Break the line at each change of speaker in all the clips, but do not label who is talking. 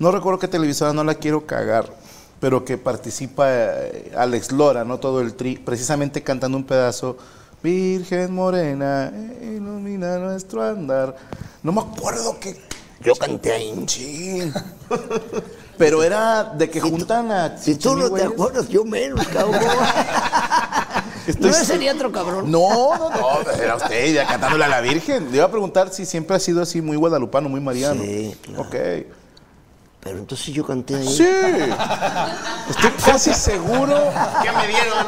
No recuerdo qué televisora, no la quiero cagar, pero que participa eh, Alex Lora, ¿no? Todo el tri, precisamente cantando un pedazo. Virgen Morena, ilumina nuestro andar. No me acuerdo que yo canté ahí. Sí. Pero era de que juntan a.
Si tú no te
Chichimíhueyes.
acuerdas, yo menos, cabrón. no
Estoy-
sería otro cabrón.
No, no, no, era usted ya cantándole a la Virgen. Le iba a preguntar si siempre ha sido así muy guadalupano, muy mariano.
Sí, claro.
Ok.
Pero entonces yo canté ahí.
Sí. Estoy casi seguro.
¿Qué me dieron?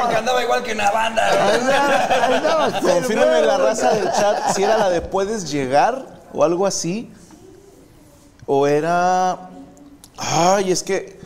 Porque andaba igual que una banda.
Andaba- andaba cero,
Confírmame
güey.
la raza del chat si era la de puedes llegar o algo así. O era. Ay, es que.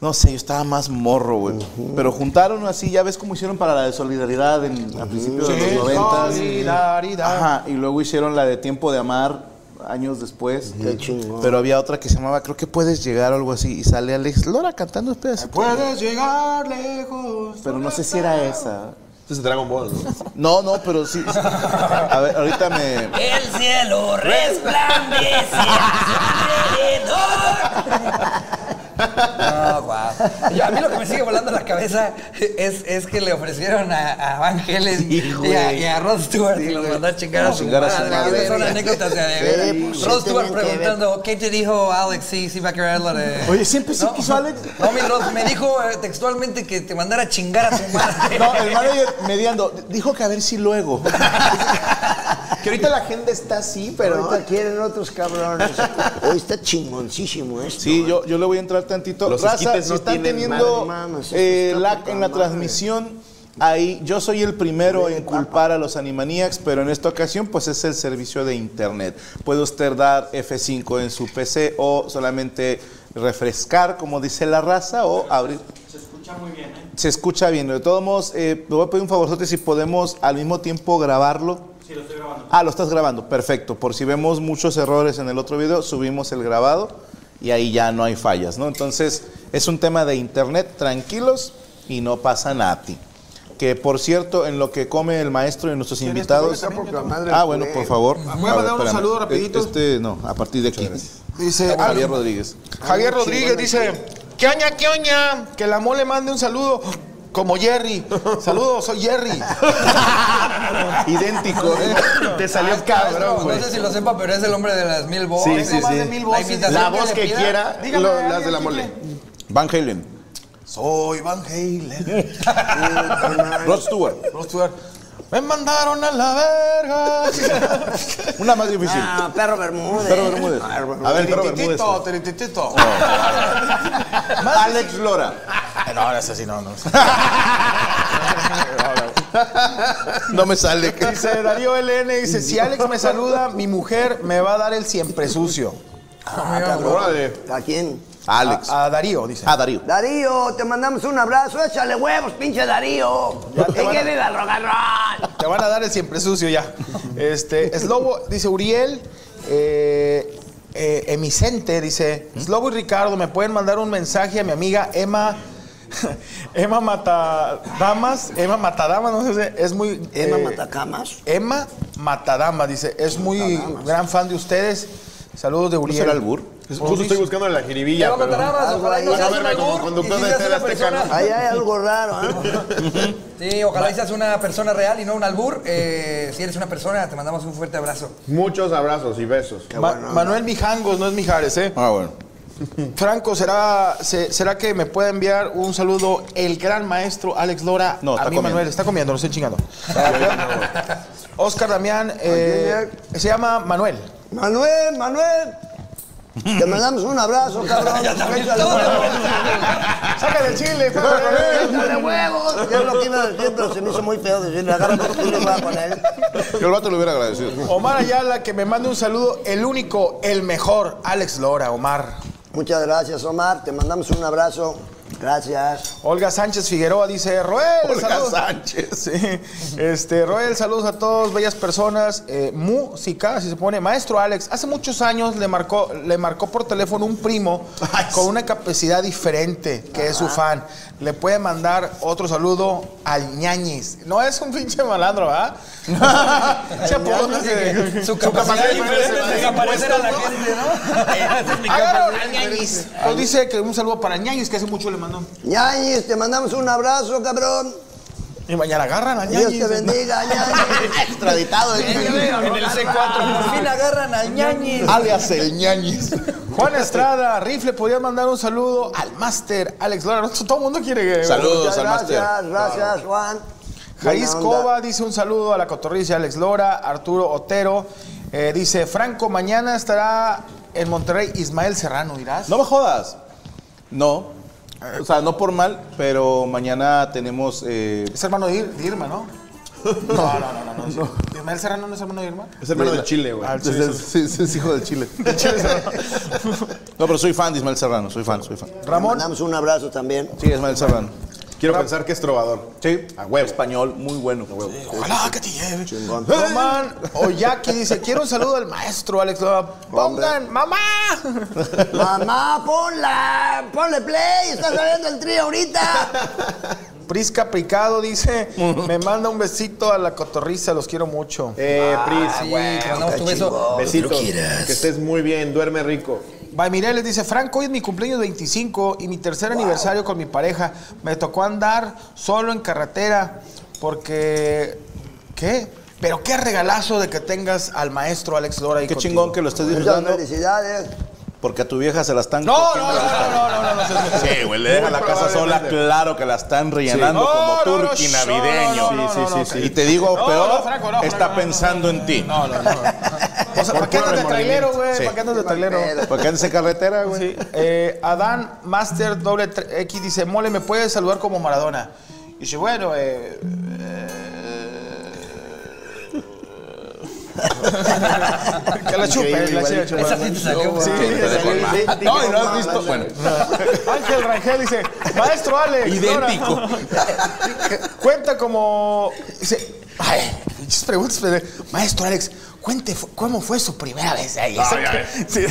No sé, yo estaba más morro, güey. Pero juntaron así, ya ves cómo hicieron para la de solidaridad en, a principios de los 90. Ajá, y luego hicieron la de tiempo de amar años después.
Qué chingón.
Pero había otra que se llamaba, creo que puedes llegar o algo así. Y sale Alex Lora cantando un
Ah,
pedacito.
Puedes llegar lejos.
Pero no sé si era esa.
Entonces Dragon Ball,
No, no, pero sí. A ver, ahorita me.
El cielo resplandece No, guau. Yo- a mí lo que me sigue volando la cabeza es, es que le ofrecieron a, a Van Halen y, a, y a Rod Stewart y los mandó a chingar a su
Chingar a su
madre.
madre.
Esas son anécdotas de
Sí,
veras.
pues, sí
Rod Stewart
tenían que ver.
preguntando, ¿qué te dijo Alex? Sí, sí va a querer la de...
Oye, siempre se quiso Alex.
No, mi Rod, me dijo eh, textualmente que te mandara a chingar a tu madre.
No, el manager mediando. Dijo que a ver si luego. Que ahorita la agenda está así,
Pero ahorita quieren otros cabrones. Hoy está chingoncísimo esto.
Sí,
¿eh?
yo, yo le voy a entrar tantito.
Los
Raza,
esquites
si
no
están
tienen
teniendo
madre, mano, sí,
eh,
está
lag
poca
en la
madre.
transmisión, ahí yo soy el primero en culpar a los Animaniacs, pero en esta ocasión pues es el servicio de internet. Puede usted dar F5 en su PC o solamente refrescar, como dice la raza, o abrir... Se escucha bien, de todos modos, eh, me voy a pedir un favorzote si podemos al mismo tiempo grabarlo. Sí, lo estoy grabando. Ah, lo estás grabando, perfecto. Por si vemos muchos errores en el otro video, subimos el grabado y ahí ya no hay fallas, ¿no? Entonces, es un tema de internet, tranquilos y no pasa nada. Que por cierto, en lo que come el maestro y nuestros
este
invitados. Ah, bueno, por favor.
voy
ver,
a mandar un
espérame.
saludo rapidito.
Este, no, a partir de aquí.
Dice
Javier
Javier,
Rodríguez.
Javier Rodríguez dice, ¿qué oña, qué oña? Que la mole mande un saludo como Jerry. Saludos, soy Jerry.
Idéntico, ¿eh? Te salió cabrón,
No
güey.
sé si lo sepa, pero es el hombre de las mil voces.
Sí, sí,
Más
sí.
de mil voces.
La
Invitación
voz
le
que
pida.
quiera,
Dígale
lo-
a
las
alguien,
de la
chicle.
mole. Van Halen.
Soy Van Halen.
Rod Stewart.
Rod Stewart. Me mandaron a la verga.
Una más difícil.
Ah, perro Bermúdez. Ah,
Perro Bermúdez. A ver, perro Bermúdez.
Titito, titito.
Alex Lora.
Eh, No, ahora es así, no, no.
No me sale.
Dice Darío LN, dice, si Alex me saluda, mi mujer me va a dar el siempre sucio.
¿A quién?
Alex.
A, a Darío, dice.
Ah, Darío.
Darío, te mandamos un abrazo. Échale huevos, pinche Darío. ¿Qué quiere la rock and roll?
Te van a dar el siempre sucio ya. Este, Slobo, dice Uriel, eh, eh, Emicente, dice, Slobo y Ricardo, ¿me pueden mandar un mensaje a mi amiga Emma? Emma Matadamas, Emma Matadamas, no sé, si- es muy...
Emma
eh,
Matacamas.
Emma Matadamas, dice, es muy
Matadamas.
gran fan de ustedes. Saludos de Uriel. Pues
será albur?
Es- Justo estoy buscando la jiribilla.
Te va a
pero-
matar Abbas, Ah, ojalá y no
Vas a
seas
verme
un
como
albur
conductor
y sí
de
seas una
TV
persona-
Azteca,
Ahí hay algo raro, ¿ah?
Sí, ojalá y seas una persona real y no un albur. Eh, si eres una persona, te mandamos un fuerte abrazo.
Muchos abrazos y besos.
Ma- Manuel Mijangos, no es Mijares, ¿eh?
Ah, bueno.
Franco, ¿será, se- ¿será que me puede enviar un saludo el gran maestro Alex Lora?
No,
a
está
mí
comiendo. Ah,
Manuel, está comiendo, no estoy chingando. Oscar Damián, eh, se llama Manuel.
Manuel, Manuel. Te mandamos un abrazo, cabrón. Échale
¡Sácale el chile! pues,
huevos. Échale huevos. Yo lo que iba a decir, pero se me hizo muy feo decirle, agarra por culo y va con él.
Yo el vato lo hubiera agradecido.
Omar Ayala, que me mande un saludo, el único, el mejor, Alex Lora, Omar.
Muchas gracias, Omar. Te mandamos un abrazo. Gracias.
Olga Sánchez Figueroa dice, Roel,
Olga
saludos".
Sánchez.
Sí. Este, Roel, saludos a todos, bellas personas. Eh, música, así se pone. Maestro Alex, hace muchos años le marcó, le marcó por teléfono un primo
Ay,
con
sí.
una capacidad diferente, que es su fan. Le puede mandar otro saludo al ñañis. No es un pinche malandro, ¿ah? ¿verdad? Se apodo que-
Su capacidad
capacidad
diferente
diferente
es desaparecer a la gente, ¿no?
Hágalo, al ñañis. Pues dice que un saludo para el ñañis, que hace mucho le mandó.
Ñañis, te mandamos un abrazo, cabrón.
Y mañana agarran al
Dios
ñañis.
te bendiga, Ñañis.
Extraditado.
En el C4. Por fin agarran al ñañi.
Ah,
Alias el ñañis.
Juan Estrada, Rifle, podías mandar un saludo al máster Alex Lara. Todo el mundo quiere que.
Saludos.
Muchas
al máster.
Gracias, gracias, Juan.
Jaiz
Buena onda.
Cova dice un saludo a la cotorriza Alex Lora, Arturo Otero. eh, dice, Franco, mañana estará en Monterrey Ismael Serrano, ¿irás?
No me jodas. No. O sea, no por mal, pero mañana tenemos. eh,
Es hermano de Ir- de Irma, ¿no? No, no, no, no. no, sí. ¿Ismael Serrano no es hermano de Irma?
Es hermano de Chile, güey.
Ah, sí,
es- es- es- es hijo de Chile. no, pero soy fan de Ismael Serrano. Soy fan, soy fan.
Te
Ramón.
mandamos un abrazo también.
Sí, Ismael Serrano.
Quiero pensar que es trovador.
Sí.
A huevo.
Español, muy bueno.
Ojalá que te lleve.
Chingón.
Román Oyaki dice, quiero un saludo al maestro Alex Lora. Pongan, mamá.
Mamá, ponla, ponle play, está saliendo el trío ahorita.
Prisca Picado dice, me manda un besito a la cotorriza, los quiero mucho.
Eh,
Ah,
Pris.
Sí, te
pues
mandamos tu beso.
Besitos. Que estés muy bien, duerme rico.
Baimirel les dice, Franco, hoy es mi cumpleaños 25 y mi tercer aniversario con mi pareja. Me tocó andar solo en carretera porque... ¿Qué? Pero qué regalazo de que tengas al maestro Alex Lora ahí
Qué
contigo.
chingón que lo estés
Muchas
disfrutando.
felicidades.
Porque a tu vieja se la están.
No,
cogiendo
no, no,
ahorita.
no, no, no, no, no, no.
Sí, güey, le deja la casa sola, claro que la están rellenando
Sí.
como
No, no, no,
turqui
no,
navideño.
no, no, Sí, no, sí, no, sí, sí.
Y te digo,
No,
peor,
no, Franco, no,
está
Franco, no,
pensando en ti.
No, no, no. O sea, ¿para qué andas de trailero, güey?
Sí.
¿Para qué andas de trailero?
Porque andas en carretera, güey.
Sí. Eh, Adán Master doble tre- X dice, Mole, ¿me puedes saludar como Maradona? Y dice, bueno, eh, eh, que la chupe, la chupe.
Esa sí te salió.
Sí,
güey.
Te dejo
sí,
en mal.
sí,
No,
dije,
y no has visto. Bueno,
Ángel Rangel dice, maestro Alex.
idéntico.
Lora". Cuenta como. Dice, ay, pinches preguntas, pero, maestro Alex, cuente fu- cómo fue su primera vez ahí. Sí,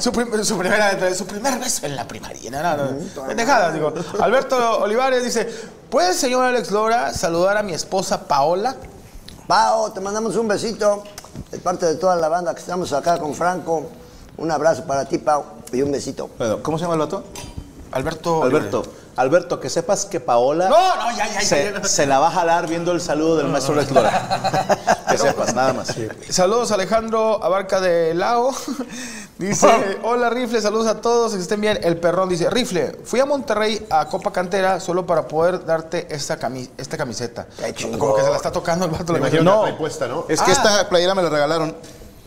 su, prim- su primera vez, su primer beso en la primaria. No, no, no.
Mm,
pendejadas, digo. Alberto Olivares dice, ¿puede señor Alex Lora saludar a mi esposa Paola?
Pao, te mandamos un besito de parte de toda la banda que estamos acá con Franco. Un abrazo para ti, Pao, y un besito.
Bueno, ¿cómo se llama el vato?
Alberto.
Alberto. Alberto, que sepas que Paola
No, no, ya, ya, ya,
se,
ya.
se la va a jalar viendo el saludo del maestro Alex Lora. que sepas, nada más.
Saludos Alejandro Abarca de Lao. Dice, hola Rifle, saludos a todos, que estén bien. El perrón dice, Rifle, fui a Monterrey a Copa Cantera solo para poder darte esta, cami- esta camiseta.
Qué chingón.
Como que se la está tocando el vato.
Me
la
imagino
camiseta.
que la trae puesta, ¿no?
Es que
Ah.
esta playera me la regalaron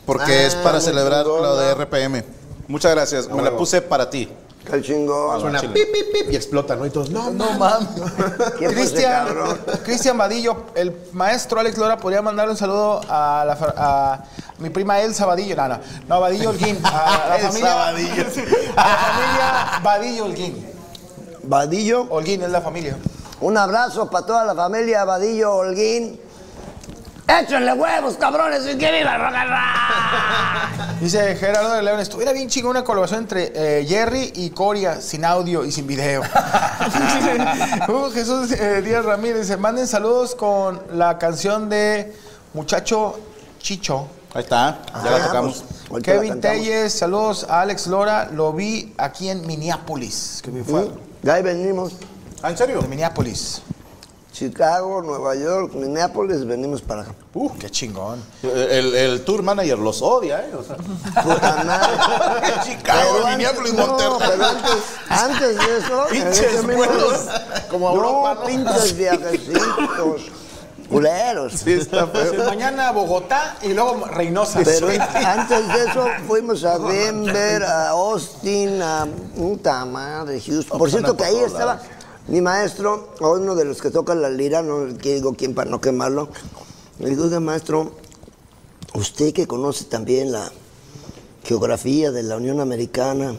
porque
Ah,
es para
muy
celebrar
chingona.
lo de RPM. Muchas gracias. me la puse para ti.
Qué chingón.
Suena
Chile.
pip, pip, pip y explota, ¿no? Y todos, no, no mames.
¿Quién fue ese
Cristian,
cabrón?
Cristian Vadillo, el maestro Alex Lora podría mandar un saludo a, la, fa- a mi prima Elsa Vadillo. No, no, no, Vadillo Holguín. A la
Elsa
familia
Vadillo.
A la familia Vadillo Holguín.
Vadillo,
Holguín es la familia.
un abrazo para toda la familia Vadillo Holguín. ¡Échenle huevos, cabrones! ¡Y que viva el rock and roll!
Dice Gerardo de León, estuviera bien chingón una colaboración entre eh, Jerry y Coria, sin audio y sin video. Hugo Jesús eh, Díaz Ramírez dice, manden saludos con la canción de Muchacho Chicho.
Ahí está, ya la tocamos.
pues, ahorita la
Kevin
cantamos.
Telles, saludos a Alex Lora, lo vi aquí en Minneapolis. Que me fue
De ahí venimos.
Ah, ¿En serio?
de Minneapolis.
Chicago, Nueva York, Minneapolis, venimos para acá.
Uh, qué chingón.
El, el tour manager los odia, ¿eh? O sea,
Puta madre.
Chicago,
Pero antes-
Minneapolis,
no,
Monterrey.
pero antes, antes de eso, en ese
Pinches
mismo-
vuelos, como a
no,
Europa, ¿no?
pinches viajecitos, culeros.
Mañana Bogotá y luego Reynosa.
Pero antes de eso fuimos a Denver, a Austin, a puta madre, Houston. Oh, pues Por cierto que ahí estaba mi maestro, uno de los que toca la lira, no digo quién para no quemarlo. Le digo, oiga maestro, usted que conoce también la geografía de la Unión Americana,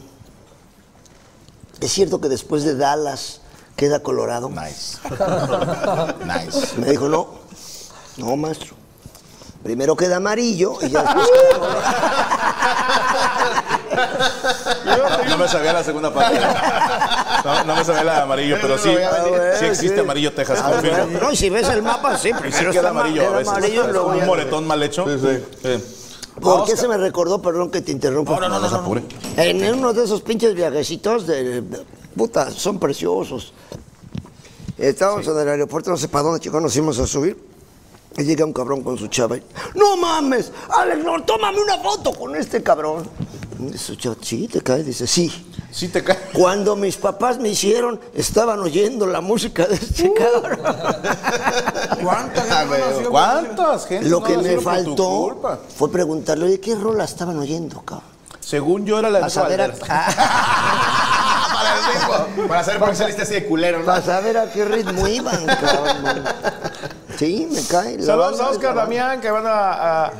¿es cierto que después de Dallas queda Colorado?
Nice. nice.
Me dijo, no, no, maestro. Primero queda amarillo y ya después queda colorado".
No me sabía la segunda parte. No, no me sabía la de amarillo, pero sí,
Ah, bueno,
sí existe
sí.
amarillo Texas,
Ah,
confirmo.
bueno, No, y si ves el mapa, sí, pero si
Sí
no
queda
está
amarillo a
mal,
veces.
queda amarillo,
Es
lo
un
voy a-
moretón mal hecho. Sí.
¿Por qué se me recordó, perdón que te interrumpa?
No, no, no, se apure.
En uno de esos pinches viajecitos, de, de- puta, son preciosos. Estábamos en el aeropuerto, no sé para dónde, chicos, nos íbamos a subir. Y llega un cabrón con su chava. y, ¡No mames! ¡Alex, no, tómame una foto con este cabrón! Y su chava, ¿sí te cae? Dice, sí.
Sí te cae.
Cuando mis papás me hicieron, estaban oyendo la música de este cabrón.
¿Cuánta gente no nació?
¿Cuántas gente?
Lo
no
que me
nacieron por tu
faltó
culpa?
fue preguntarle, oye, ¿qué rola estaban oyendo, cabrón?
Según yo era la de
Para saber, a,
Valverde.
Para, el ritmo, para saber por qué saliste así de culero, ¿no?
pa' saber a qué ritmo iban, cabrón. Sí, me cae. la
Saludos
banda
a
de
Oscar
la
Damián, que van a, a-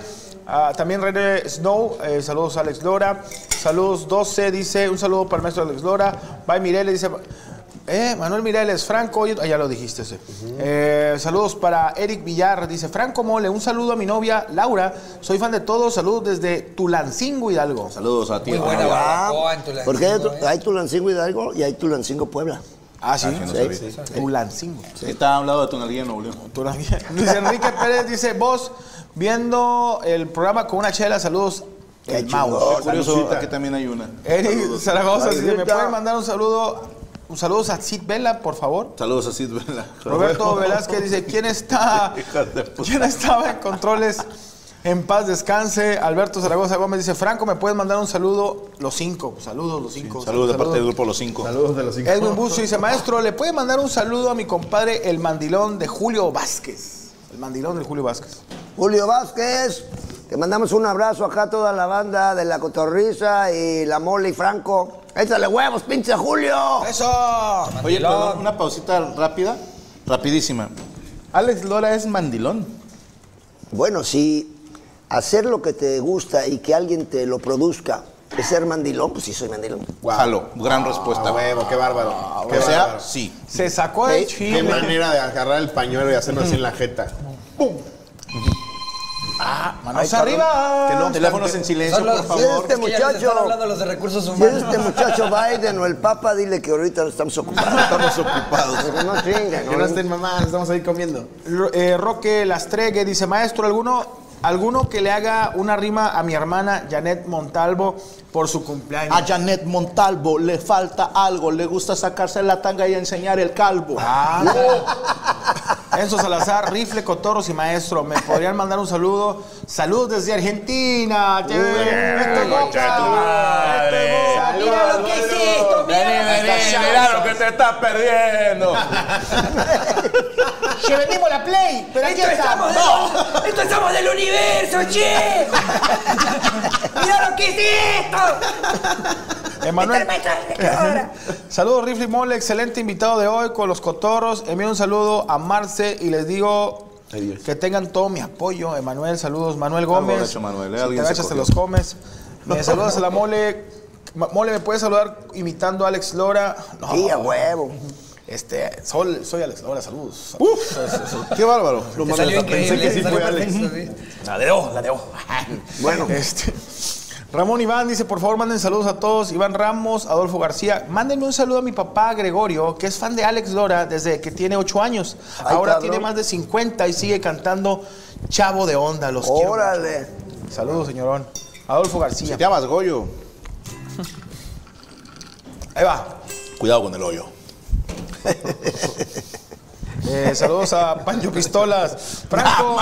a- también René Snow. Eh, saludos a Alex Lora. Saludos 12, dice, un saludo para el maestro Alex Lora. Bye Mireles, dice. Eh, Manuel Mireles, Franco, yo- ah, ya lo dijiste ese. Eh, saludos para Eric Villar, dice Franco Mole, un saludo a mi novia Laura, soy fan de todos, saludos desde Tulancingo Hidalgo.
Saludos a ti.
Muy buena
hermano.
barbacoa Oh, en
banda.
Tulancingo,
Porque hay, tu-
¿eh?
hay Tulancingo Hidalgo y hay Tulancingo Puebla.
Ah, sí,
Ah, sí, no
Sí.
sabía.
Tulancingo.
Sí, Está a un lado de tu nalguilla en Nuevo León.
Tulancingo. Luis Enrique Pérez dice, vos viendo el programa con una chela, saludos.
Qué
El Mau.
chingón.
Qué curioso, aquí también hay una.
Eric Zaragoza,
Ay,
dice, ¿me
neta.
pueden mandar un saludo? Un saludo a Sid Vela, por favor.
Saludos a Sid Vela.
Roberto Velázquez dice, ¿quién está?
Hijas de puta.
¿Quién estaba en controles? En paz descanse. Alberto Zaragoza Gómez dice, Franco, ¿me puedes mandar un saludo? Los cinco. Saludos, los cinco.
Saludos de parte del grupo Los Cinco.
Saludos de los cinco.
Edwin Bucio dice, maestro, ¿le puede mandar un saludo a mi compadre el mandilón de Julio Vázquez? El mandilón de Julio Vázquez.
Julio Vázquez, te mandamos un abrazo acá a toda la banda de La Cotorriza y La Mole y Franco. ¡Échale huevos, pinche Julio!
¡Eso!
Oye, perdón, una pausita rápida, rapidísima. Alex Lora es mandilón.
Bueno, si hacer lo que te gusta y que alguien te lo produzca es ser mandilón, pues sí soy mandilón.
Jalo, gran respuesta.
Ah, huevo, qué bárbaro. Qué
o sea,
bárbaro.
sí.
Se sacó de
Qué
chile.
manera de agarrar el pañuelo y hacernos así en la jeta.
Manos arriba.
Que no, teléfonos en silencio, pues,
Son los-
por
Si
favor.
es este
Es que ya les están
muchacho,
hablando los de recursos
si es
humanos.
este muchacho Biden o el Papa, dile que ahorita no estamos ocupados.
Estamos ocupados.
Pero no chinguen,
Que no
¿no?
estén mamás, estamos ahí comiendo.
Ro- eh, Roque Lastregue dice, maestro, ¿alguno, alguno que le haga una rima a mi hermana Janet Montalvo por su cumpleaños.
A Janet Montalvo le falta algo, le gusta sacarse la tanga y enseñar el calvo.
Enzo Salazar, Rifle, Cotorros y Maestro, me podrían mandar un saludo. Saludos desde Argentina. Che, vete, Boca. Vete, Boca.
Mira lo que hiciste, mira lo que hiciste.
lo que te estás perdiendo.
Che, vendimos la Play, pero aquí
Esto estamos,
estamos.
del, esto estamos del universo, che. Mira lo que es esto.
Emanuel.
Esta es nuestra ahora.
Saludos, Rifle y Mole, excelente invitado de hoy con los cotorros. Envío un saludo a Marce y les digo que tengan todo mi apoyo. Emanuel, saludos. Manuel Gómez.
gacho, Manuel, ¿eh?
Si te
Alguien se
agachas, te
cogió.
los comes. Me saludas a la Mole. Ma- Mole, ¿me puedes saludar imitando a Alex Lora? No.
Sí, a huevo.
Este, Sol, soy Alex Lora, saludos.
Uf, qué bárbaro.
Te salió
pensé
increíble.
que sí
salió
fue Alex.
perfecto, sí.
La deo, la deo.
Bueno.
Este, Ramón Iván dice, por favor, manden saludos a todos. Iván Ramos, Adolfo García. Mándenme un saludo a mi papá Gregorio, que es fan de Alex Lora desde que tiene 8 años.
Ay,
Ahora
cabrón.
tiene más de 50 y sigue cantando Chavo de Onda. Los quiero
Órale.
mucho. Saludos, señorón. Adolfo García.
Te llamas Goyo.
Ahí va.
Cuidado con el hoyo.
Eh, saludos a Pancho Pistolas. Franco.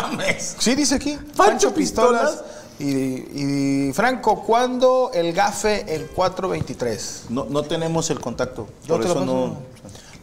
sí, dice aquí. Pancho Pistolas. Y, y Franco, ¿cuándo el gafe en 423?
No, no tenemos el contacto.
Yo
por
te lo
eso no.
paso.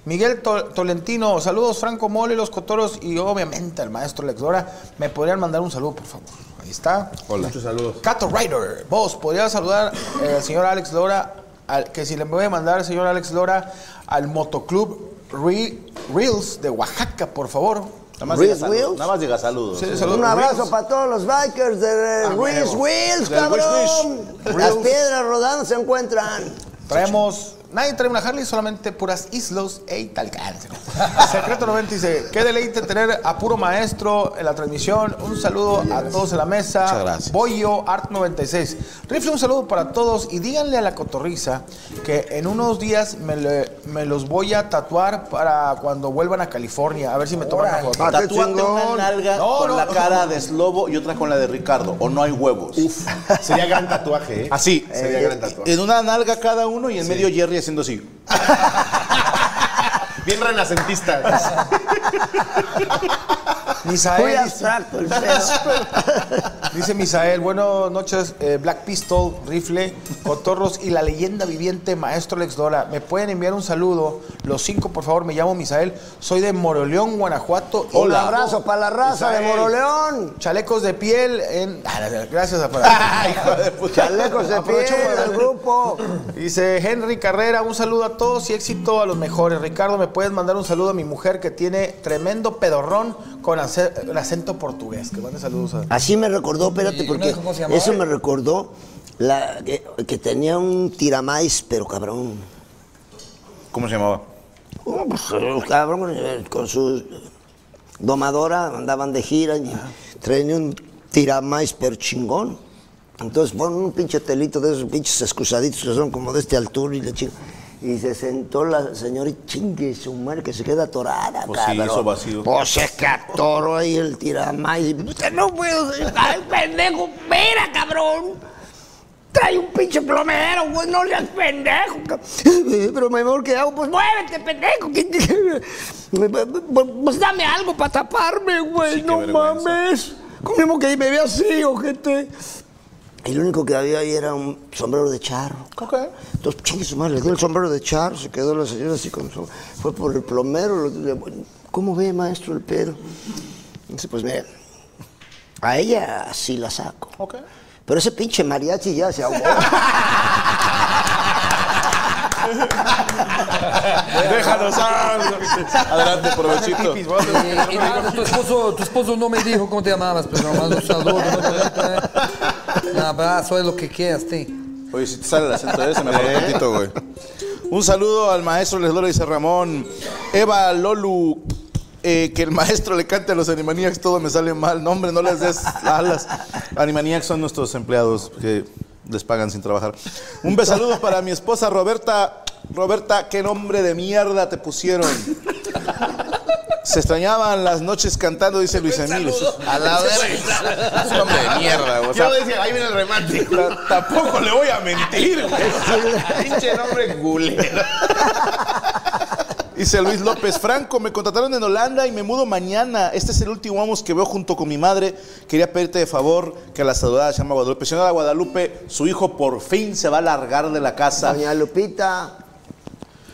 Miguel To- Tolentino, saludos Franco Mole, los Cotoros y obviamente al maestro Lexdora. ¿Me podrían mandar un saludo, por favor? Ahí está.
Hola. Muchos saludos.
Cato Rider, vos, ¿podrías saludar eh, al señor Alex Lora? al- que si le voy a mandar, señor Alex Lora, al Motoclub Re- Reels de Oaxaca, por favor.
Nada más,
Reese
diga saludos.
Wills.
Nada más diga saludos.
Sí,
Sí.
saludos.
Un abrazo
Reels.
para todos los bikers de
Ah,
Reese
huevo.
Wheels,
Del
cabrón.
Reese Wheels.
Las
Reels.
piedras rodando se encuentran.
Traemos. Nadie trae una Harley, solamente puras Islos e Italcán. Secreto 90 dice: Qué deleite tener a puro maestro en la transmisión. Un saludo a todos en la mesa.
Muchas gracias.
Boyo Art 96. Rifle, un saludo para todos y díganle a la cotorriza que en unos días me, le- me los voy a tatuar para cuando vuelvan a California. A ver si me toman una
Órale.
foto.
Ah, qué
Tatúate una
chingón.
nalga
No,
con
no,
la
no.
cara de Slobo y otra con la de Ricardo. O no hay huevos. Uf.
Sería gran tatuaje, ¿eh?
Así.
Sería gran tatuaje.
En una nalga cada uno y en medio Jerry haciendo así.
Bien renacentista.
Misael
Muy
dice-
abstracto el pedo.
Dice Misael, buenas noches, eh, Black Pistol, Rifle, Cotorros y la leyenda viviente, Maestro Lex Dora. ¿Me pueden enviar un saludo? Los cinco, por favor, me llamo Misael, soy de Moroleón, Guanajuato. y
Un
hago
abrazo para la raza de
Israel.
Moroleón.
Chalecos de piel en... Ah, no, no, Gracias, a
Chalecos de
Aprovecho
piel
para-
al grupo.
Dice Henry Carrera, un saludo a todos y éxito a los mejores. Ricardo, ¿me puedes mandar un saludo a mi mujer que tiene tremendo pedorrón con ace- acento portugués? Que mande saludos a...
Así me recordó,
¿Y
espérate,
no
porque
dijo cómo se llamaba?
eso me recordó la- que, que tenía un tiramais, pero cabrón.
¿Cómo se llamaba?
Oh, pues, eh, cabrón, eh, con su domadora andaban de gira y traían un tiramais, pero chingón. Entonces ponen un pinche telito de esos pinches excusaditos que son como de este altura y le chingo. Y se sentó la señora y chingue su madre que se queda atorada,
Pues sí,
cabrón.
hizo vacío.
Pues se que atoró ahí el tiramais. y, "Puta, no puedo, ay, pendejo, espera, cabrón. Trae un pinche plomero, güey, no seas pendejo. cab- Pero mejor que hago, pues muévete, pendejo. que- que- Pues dame algo para taparme, güey,
Sí, qué
no
vergüenza.
mames. ¿Cómo que me ve así, ojete? Y lo único que había ahí era un sombrero de charro. Entonces, chingue su madre, le dio el sombrero de charro, se quedó la señora así con su... Fue por el plomero, le- le- ¿cómo ve, maestro, el pedo? Dice, pues mira, a ella sí la saco. Pero ese pinche mariachi ya se ahogó.
Déjanos. Adelante, provechito.
Pipis, vos.
Y, y nada, eh, ah, tu esposo, tu esposo no me dijo cómo te llamabas, pero nomás un saludo. No, Un abrazo, es lo que quieras, tío.
Oye, si te sale el acento ese, me paró tantito, güey. Un saludo al maestro Les Lora, dice Ramón. Eva Lolu. eh, que el maestro le cante a los Animaniacs, todo me sale mal. No, hombre, no les des alas. Animaniacs son nuestros empleados que les pagan sin trabajar. Un besaludo para mi esposa Roberta. Roberta, qué nombre de mierda te pusieron. Se extrañaban las noches cantando, dice Luis Emilio. A la verga. Es un nombre de mierda, güey. O sea,
Yo decía, ahí viene el remate.
Ta- tampoco le voy a mentir, güey.
Pinche nombre culero.
Dice Luis López Franco, me contrataron en Holanda y me mudo mañana. Este es el último Amos que veo junto con mi madre. Quería pedirte de favor que a la saludada se llama Guadalupe. Señora Guadalupe, su hijo por fin se va a largar de la casa.
Doña Lupita,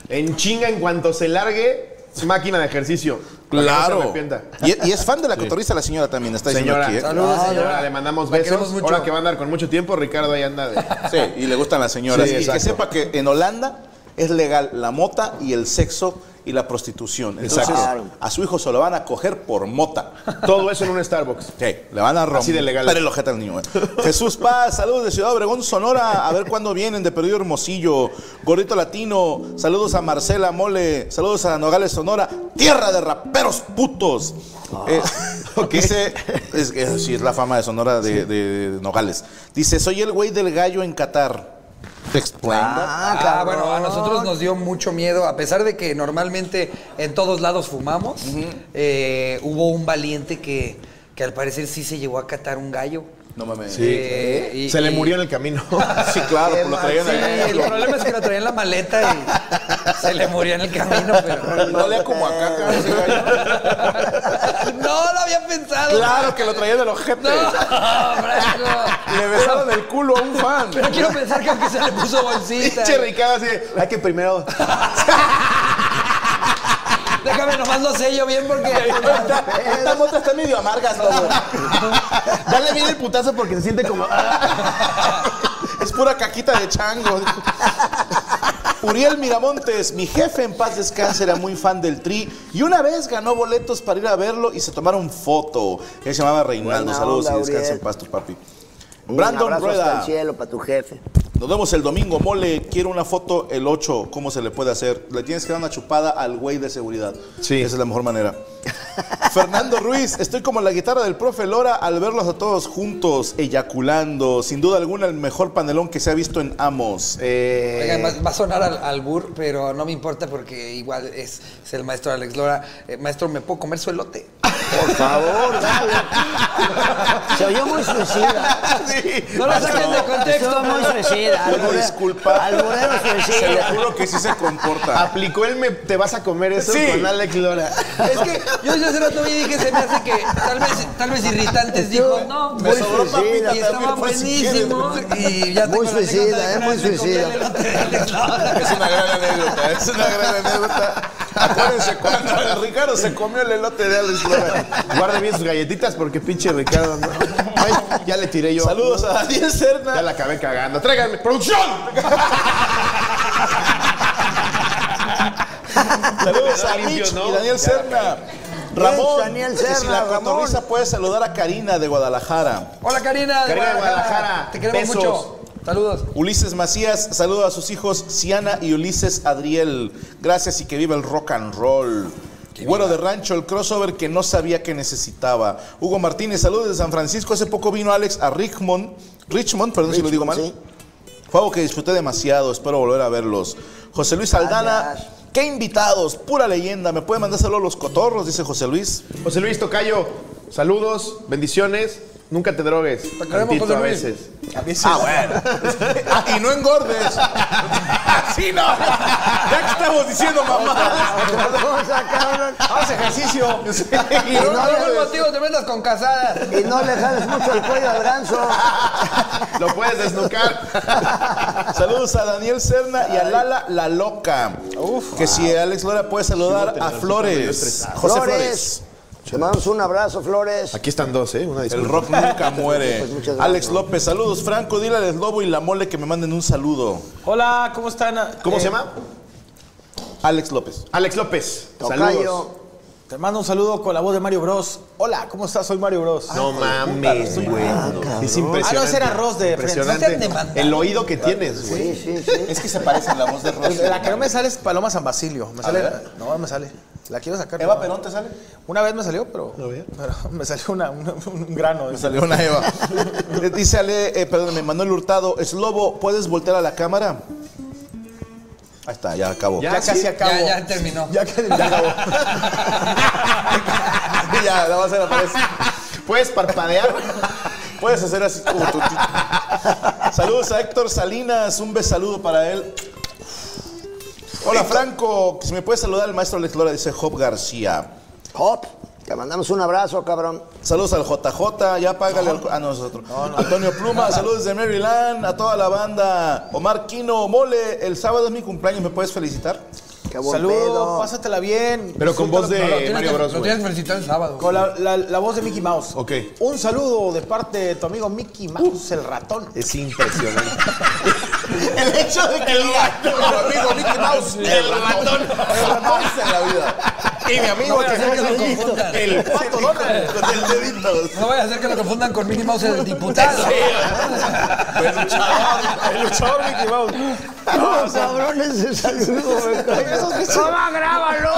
En chinga, en cuanto se largue, máquina de ejercicio. Para que no se
Claro.
arrepienta.
Y, y es fan de la cotorrista la señora también, está diciendo
Señora,
aquí. ¿eh?
Saludos,
Ah,
señora.
señora, le mandamos
La queremos
besos.
mucho.
Ahora que va a andar con mucho tiempo, Ricardo ahí anda de...
Sí, y le gustan las señoras.
Sí,
y que
exacto.
sepa que en Holanda es legal la mota y el sexo y la prostitución. Entonces,
Exacto.
a su hijo se lo van a coger por mota.
Todo eso en un Starbucks.
Sí, le van a romper
Así de legal.
el ojete al niño. eh. Jesús Paz, saludos de Ciudad Obregón, Sonora. A ver cuándo vienen de Perdido Hermosillo. Gordito Latino, saludos a Marcela Mole, saludos a Nogales, Sonora. Tierra de raperos putos. Eh, Dice, es que sí, es la fama de Sonora de, de- de Nogales. Dice, soy el güey del gallo en Qatar. Te explain.
Ah,
Ah,
cabrón.
bueno, a nosotros nos dio mucho miedo, a pesar de que normalmente en todos lados fumamos, eh, hubo un valiente que, que al parecer sí se llegó a catar un gallo.
No mames.
Eh, y-
Se le
y-
murió en el camino.
Sí, claro, pues lo traían
Sí,
ahí.
el problema es que lo traía en la maleta y se le murió en el camino, pero...
No lea como acá, cabrón, ese gallo.
No lo había pensado.
Claro que lo traían del ojete.
No, Franco.
Le besaron el culo a un fan.
Pero quiero pensar que aunque se le puso bolsita.
Pinche Ricardo así de, hay que primero.
Déjame nomás lo sello bien porque. pues,
Estas motas están medio amargas,
Dale bien el putazo porque se siente como.
ah.
Es pura caquita de chango. Uriel Miramontes, mi jefe en paz descanse, era muy fan del tri y una vez ganó boletos para ir a verlo y se tomaron foto. Él se llamaba Reinaldo.
Buena
Saludos
onda,
y descanse
Uriel.
en paz, tu papi.
Un
Brandon
abrazo hasta
Rueda,
el cielo para tu jefe.
nos vemos el domingo, mole. Quiero una foto el 8. ¿Cómo se le puede hacer? Le tienes que dar una chupada al güey de seguridad.
Sí.
Esa es la mejor manera. Fernando Ruiz, estoy como la guitarra del profe Lora al verlos a todos juntos, eyaculando. Sin duda alguna, el mejor panelón que se ha visto en Amos. Eh,
Oigan, va, va a sonar al, al bur, pero no me importa porque igual es, es el maestro Alex Lora. Eh, maestro, ¿me puedo comer su elote?
Por favor, dale. Se oyó muy suicida.
No lo saquen de contexto.
Estuvo muy suicida.
Bueno,
Albure-
disculpa.
Alburero
se lo
suicida.
juro que sí se comporta.
Aplicó el me te vas a comer eso
Sí.
con Alex Lora.
Es que yo ya hace rato vi y dije, se me hace que tal vez, tal vez irritantes. Dijo, no,
Me sobró papita
Y estaba
también, por si
buenísimo. y ya tengo
Muy
la
suicida,
anécdota de
eh,
una
muy
vez me comí
suicida.
el elote de Alex Lora.
Es pues, una gran anécdota, es una gran anécdota. Acuérdense cuando el Ricardo se comió el elote de Alex Lora.
Guarda bien sus galletitas porque pinche Ricardo. no. Ay, ya le tiré yo.
Saludos a Daniel Serna.
Ya la acabé cagando. Tráiganme, producción.
Saludos a
Limpio,
Mitch
¿no?
y Daniel
Ya,
Serna.
Bien,
Ramón,
Daniel
que si
Serna,
la
Ramón.
cotorriza puede saludar a Karina de Guadalajara.
Hola, Karina.
Karina de Guadalajara.
Te queremos
Besos.
mucho. Saludos.
Ulises Macías saluda a sus hijos Ciana y Ulises Adriel. Gracias y que viva el rock and roll. Güero de Rancho, el crossover que no sabía que necesitaba. Hugo Martínez, saludos de San Francisco. Hace poco vino Alex a Richmond, Richmond, perdón si lo digo mal.
Richmond,
Fue algo que disfruté demasiado, espero volver a verlos. José Luis Aldana,
Gracias.
qué invitados, pura leyenda. ¿Me puede mandar saludos a los cotorros? Dice José Luis.
José Luis Tocayo, saludos, bendiciones. Nunca te drogues.
Te queremos,
Tantito
José
a
Luis.
veces.
Ah, bueno. Ah, y no engordes. Ah, Sí, no. Ya que estamos diciendo mamadas.
Cosa, cabrón.
Haz ejercicio. Y
Y
no
no, no,
engordes.
no, motivo te metas con casadas.
Y no le jales mucho el cuello al ganso.
Lo puedes desnucar.
Saludos a Daniel Serna y a Lala La Loca. que si Alex Lora puede saludar a Flores. José Flores.
Flores. Te mandamos un abrazo, Flores.
Aquí están dos, ¿eh? Una
El
disculpa.
rock nunca muere.
Pues muchas gracias.
Alex López, saludos. Franco, dile al Lobo y la Mole que me manden un saludo.
Hola, ¿cómo están?
¿Cómo
Eh,
se llama?
Alex López.
Alex López. Saludos.
Tocayo.
Te mando un saludo con la voz de Mario Bros. Hola, ¿cómo estás? Soy Mario Bros.
Ah,
No mames, güey. Es impresionante.
Ah, no, ese era Ross de Friends.
No te han
Impresionante.
demandado.
El oído que tienes, güey.
Sí, sí, sí.
Es que se parece la voz de Ross. La que no me sale es Paloma San Basilio. Me sale, no, no me sale. La quiero sacar.
¿Eva
pero-
Perón te sale?
Una vez me salió, pero, pero me salió una- una- un grano.
Me salió una Eva. Dice Ale, eh, perdóname, Manuel Hurtado, es Lobo, ¿puedes voltear a la cámara? Ahí está, ya acabó.
Ya casi acabo.
Ya, ya terminó.
Ya que- ya acabó.
ya, la vas a aparecer.
Puedes parpadear.
Puedes hacer así como tu- tu- Saludos a Héctor Salinas, un besaludo para él. Hola Franco, si me puedes saludar el maestro Alex Lora, dice Job García.
Hop. Te mandamos un abrazo, cabrón.
Saludos al JJ, ya págale al- a nosotros. Antonio Pluma, saludos de Maryland, a toda la banda. Omar Quino, mole, el sábado es mi cumpleaños, ¿me puedes felicitar?
Qué buen
Saludos,
pedo.
pásatela bien.
Pero con voz de
Disfrútalo.
Tienes
Mario
que-
Bros,
Lo
güey.
tienes que felicitar el sábado.
Con la, la- la voz de Mickey Mouse.
Ok.
Un saludo de parte de tu amigo Mickey Mouse, el ratón.
Es pues- impresionante.
El hecho de que el amigo Mickey Mouse, el ratón. El ratón en la vida. Y mi amigo
No vaya a ser que lo confundan.
el pato Donald con el dedito.
No vaya a ser que lo confundan con Mickey Mouse el diputado.
El luchador, el luchador Mickey Mouse.
Los cabrones de saludo, güey.
¡Toma, grábalo!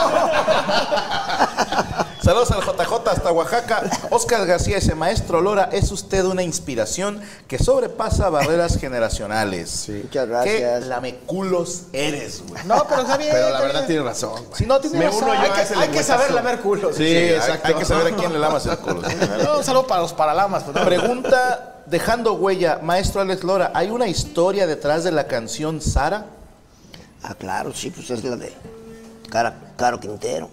Saludos al JJ hasta Oaxaca. Oscar García ese maestro Lora, es usted una inspiración que sobrepasa barreras generacionales.
Muchas gracias.
Qué lameculos eres, güey.
No, pero está bien.
Pero la
está
verdad
bien.
tiene razón. güey.
Si no, tiene
Me
razón.
uno yo
hay
a
que-
ese
Hay que saber
lengüetazo.
lamer culos.
Sí, exacto. Hay, que saber a quién le lamas el culo.
No, un saludo para los paralamas. pues, no.
Pregunta, dejando huella, maestro Alex Lora, ¿hay una historia detrás de la canción Sara?
Ah, claro, sí, pues es la de Cara- Caro Quintero.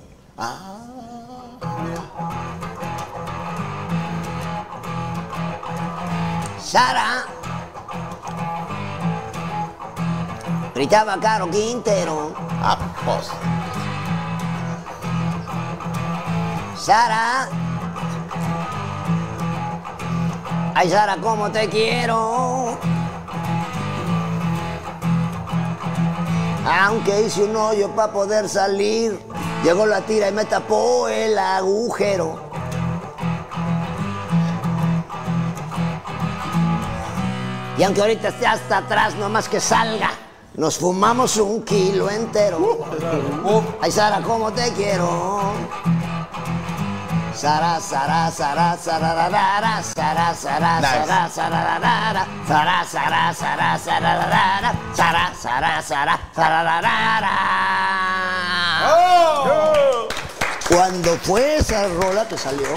Ah. Sara. Gritaba Caro Quintero.
Ah, pues.
Sara. Ay, Sara, cómo te quiero. Aunque hice un hoyo para poder salir, llegó la tira y me tapó el agujero. Y aunque ahorita esté hasta atrás, nomás que salga, nos fumamos un kilo entero. Ay, Sara, cómo te quiero. Sara, Sara, Sara, sarararara, Sara, Sara, Sara, sarararara, Sara, Sara, Sara, sarararara, Sara, Sara, Sara, sarararara. Cuando fue esa rola que salió,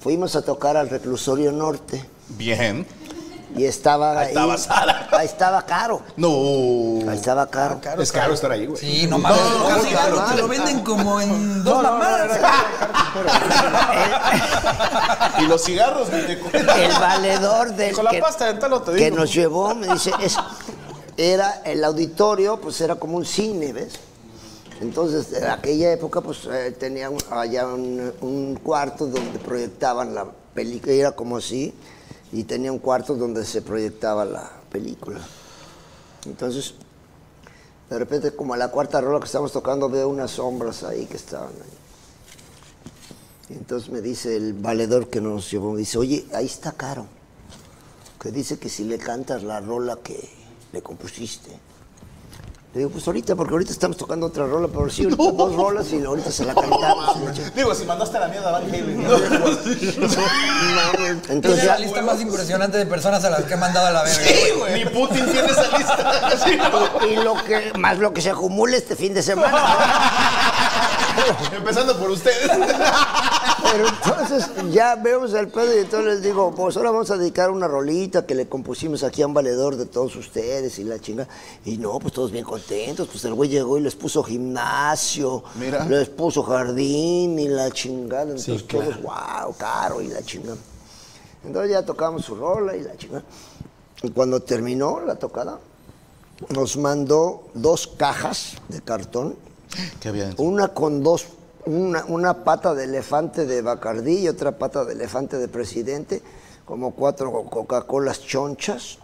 fuimos a tocar al reclusorio norte
Bien.
y estaba ahí.
estaba Sara.
Ahí estaba caro.
No.
Ahí estaba caro.
Es caro estar ahí, güey.
Sí, no mames.
No, no,
Un cigarro
no,
te
no,
lo venden como en dos mamadas.
Y los cigarros, güey, te-
El valedor del.
Con la
que-
pasta dental no te
que
digo.
nos llevó, me dice, es- era el auditorio, pues era como un cine, ¿ves? Entonces, en aquella época, pues eh, tenía un- allá un, un cuarto donde proyectaban la película, era como así, y tenía un cuarto donde se proyectaba la película. Entonces, de repente, como a la cuarta rola que estamos tocando, veo unas sombras ahí que estaban ahí. Y entonces me dice el valedor que nos llevó, me dice, oye, ahí está caro que dice que si le cantas la rola que le compusiste. Le digo, pues ahorita, porque ahorita estamos tocando otra rola, pero sí, ahorita dos rolas y ahorita se la cantamos.
Digo, si mandaste a la mierda a Van Halen.
Entonces,
Entonces ya,
la lista más impresionante de personas a las que he mandado a la verga.
Ni Putin tiene esa lista. Sí, no.
y lo que, más lo que se acumule este fin de semana.
Empezando por ustedes.
Pero entonces ya vemos el pedo y entonces les digo, pues ahora vamos a dedicar una rolita que le compusimos aquí a un valedor de todos ustedes y la chinga. Y no, pues todos bien contentos. Pues el güey llegó y les puso gimnasio,
Mira.
les puso jardín y la chingada. Entonces todos, wow, caro y la chingada. Entonces ya tocamos su rola y la chingada. Y cuando terminó la tocada, nos mandó dos cajas de cartón.
¿Qué había dentro?
Una con dos, una, una pata de elefante de Bacardí y otra pata de elefante de presidente, como cuatro co- Coca-Colas chonchas,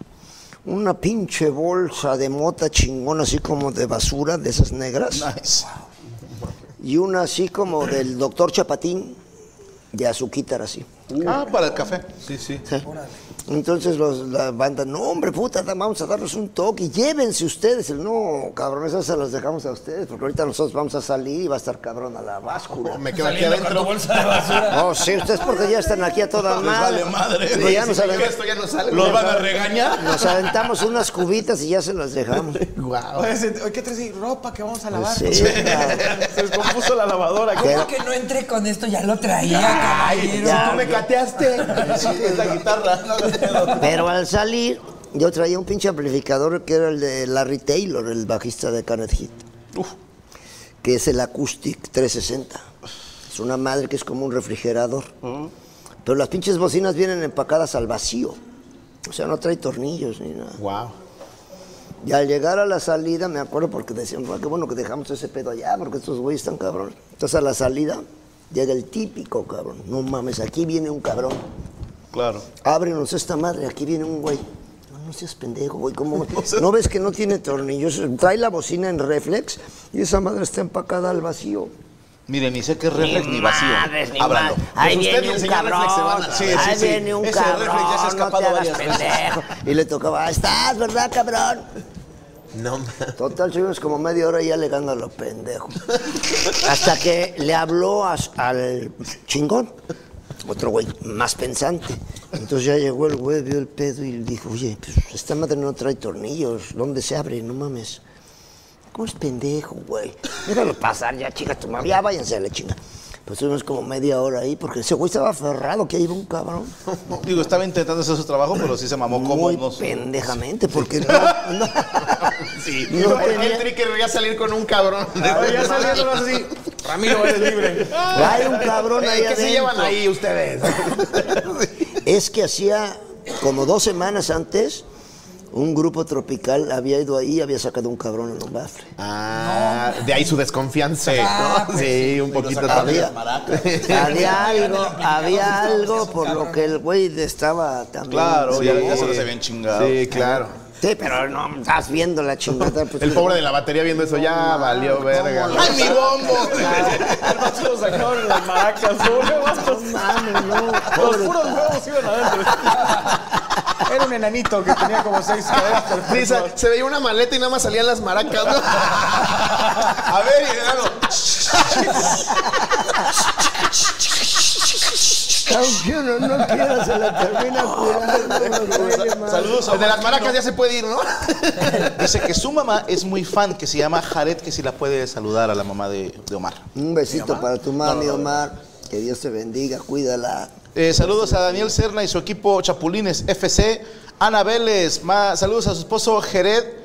una pinche bolsa de mota chingona, así como de basura, de esas negras,
Nice.
y una así como del doctor Chapatín, de azuquitar así.
Ah, para el café. Sí, sí.
Entonces los, la banda, no hombre, puta, da- vamos a darnos un toque, llévense ustedes. El, no, cabrón, esas se las dejamos a ustedes, porque ahorita nosotros vamos a salir y va a estar cabrón a la báscula.
Oh, Me quedo aquí
Saliendo con tu
adentro.
bolsa de basura.
No, Oh, sí, ustedes porque ya están aquí a toda
Les
madre.
vale madre.
Pero ya nos,
Sí,
aven-
esto ya no sale. Los van a regañar.
nos aventamos unas cubitas y ya se las dejamos. Pues
Oye, se- oye, ¿qué traes ahí? Ropa que vamos a lavar.
Sí, cabrón.
Se descompuso la lavadora.
Pero-
¿Cómo que no entré con esto? Ya lo traía, caballero.
ya.
me cateaste.
Esta guitarra.
Pero al salir, yo traía un pinche amplificador que era el de Larry Taylor, el bajista de Canet Hit. Que es el Acoustic 360. Es una madre que es como un refrigerador.
Mm.
Pero las pinches bocinas vienen empacadas al vacío. O sea, no trae tornillos ni nada.
Wow.
Y al llegar a la salida, me acuerdo porque decían, "Ah, qué bueno que dejamos ese pedo allá, porque estos güeyes están cabrón. Entonces a la salida llega el típico cabrón. No mames, aquí viene un cabrón.
Claro.
Ábrenos esta madre, aquí viene un güey. No, no seas pendejo, güey. ¿Cómo? ¿No ves que no tiene tornillos? Trae la bocina en reflex y esa madre está empacada al vacío.
Mire, ni sé qué reflex ni vacío.
Madres, ni
Ábralo.
madres. Ahí
Pues usted
viene
y el
un
señor
cabrón.
reflex se van a la
Sí,
vez.
Ahí
Sí, sí,
viene un
Ese
cabrón.
reflex ya se ha
no te
escapado
hagas
varias veces.
pendejo. Y le tocaba, "Ah, estás, ¿verdad, cabrón?
No, mames.
Total, estuvimos como media hora ya alegando a los pendejos. Hasta que le habló a- al chingón, otro güey más pensante. Entonces ya llegó el güey, vio el pedo y le dijo, oye, pues esta madre no trae tornillos, ¿dónde se abre? No mames. ¿Cómo es pendejo, güey? Déjalo pasar ya, chica, tu madre. Ya váyanse a la chinga. Pues estuvimos como media hora ahí porque ese güey estaba aferrado que ahí iba un cabrón.
Digo, estaba intentando hacer su trabajo, pero sí se mamó como
Muy
no sé.
pendejamente porque no... no-
Sí.
No
porque
tenía-
el tricker voy a salir con un cabrón.
Oye, ya saliendo más así. Ramiro, eres libre.
Hay un cabrón ahí
Ey, ¿Qué
adentro.
se llevan ahí ustedes?
Es que hacía como dos semanas antes, un grupo tropical había ido ahí y había sacado un cabrón en un bafle.
Ah, de ahí su desconfianza.
Ah,
¿no? sí, un poquito
Había,
también.
había algo, había algo por lo que el güey estaba también.
Claro,
Sí,
ya, ya se los habían chingado.
Sí, claro.
Sí, pero no estás viendo la chingada. pues,
El pobre de la batería viendo eso ya valió verga.
¡Ay, mi bombo!
El macho lo sacaron las maracas.
No mames, no.
Los
pobre
puros
ca-
huevos iban adentro. Era un enanito que tenía como seis caderas perfectas.
Sí, se, se veía una maleta y nada más salían las maracas.
A ver, y enano.
Aunque uno no quiera, se la termina curando. los güeyes, man.
Saludos a
El de las
Marquino.
maracas ya se puede ir, ¿no?
Dice que su mamá es muy fan, que se llama Jared, que si la puede saludar a la mamá de, de Omar.
Un besito para tu mami, Omar. Que Dios te bendiga, cuídala.
Eh, saludos a Daniel Serna y su equipo Chapulines FC. Ana Vélez, ma- saludos a su esposo Jared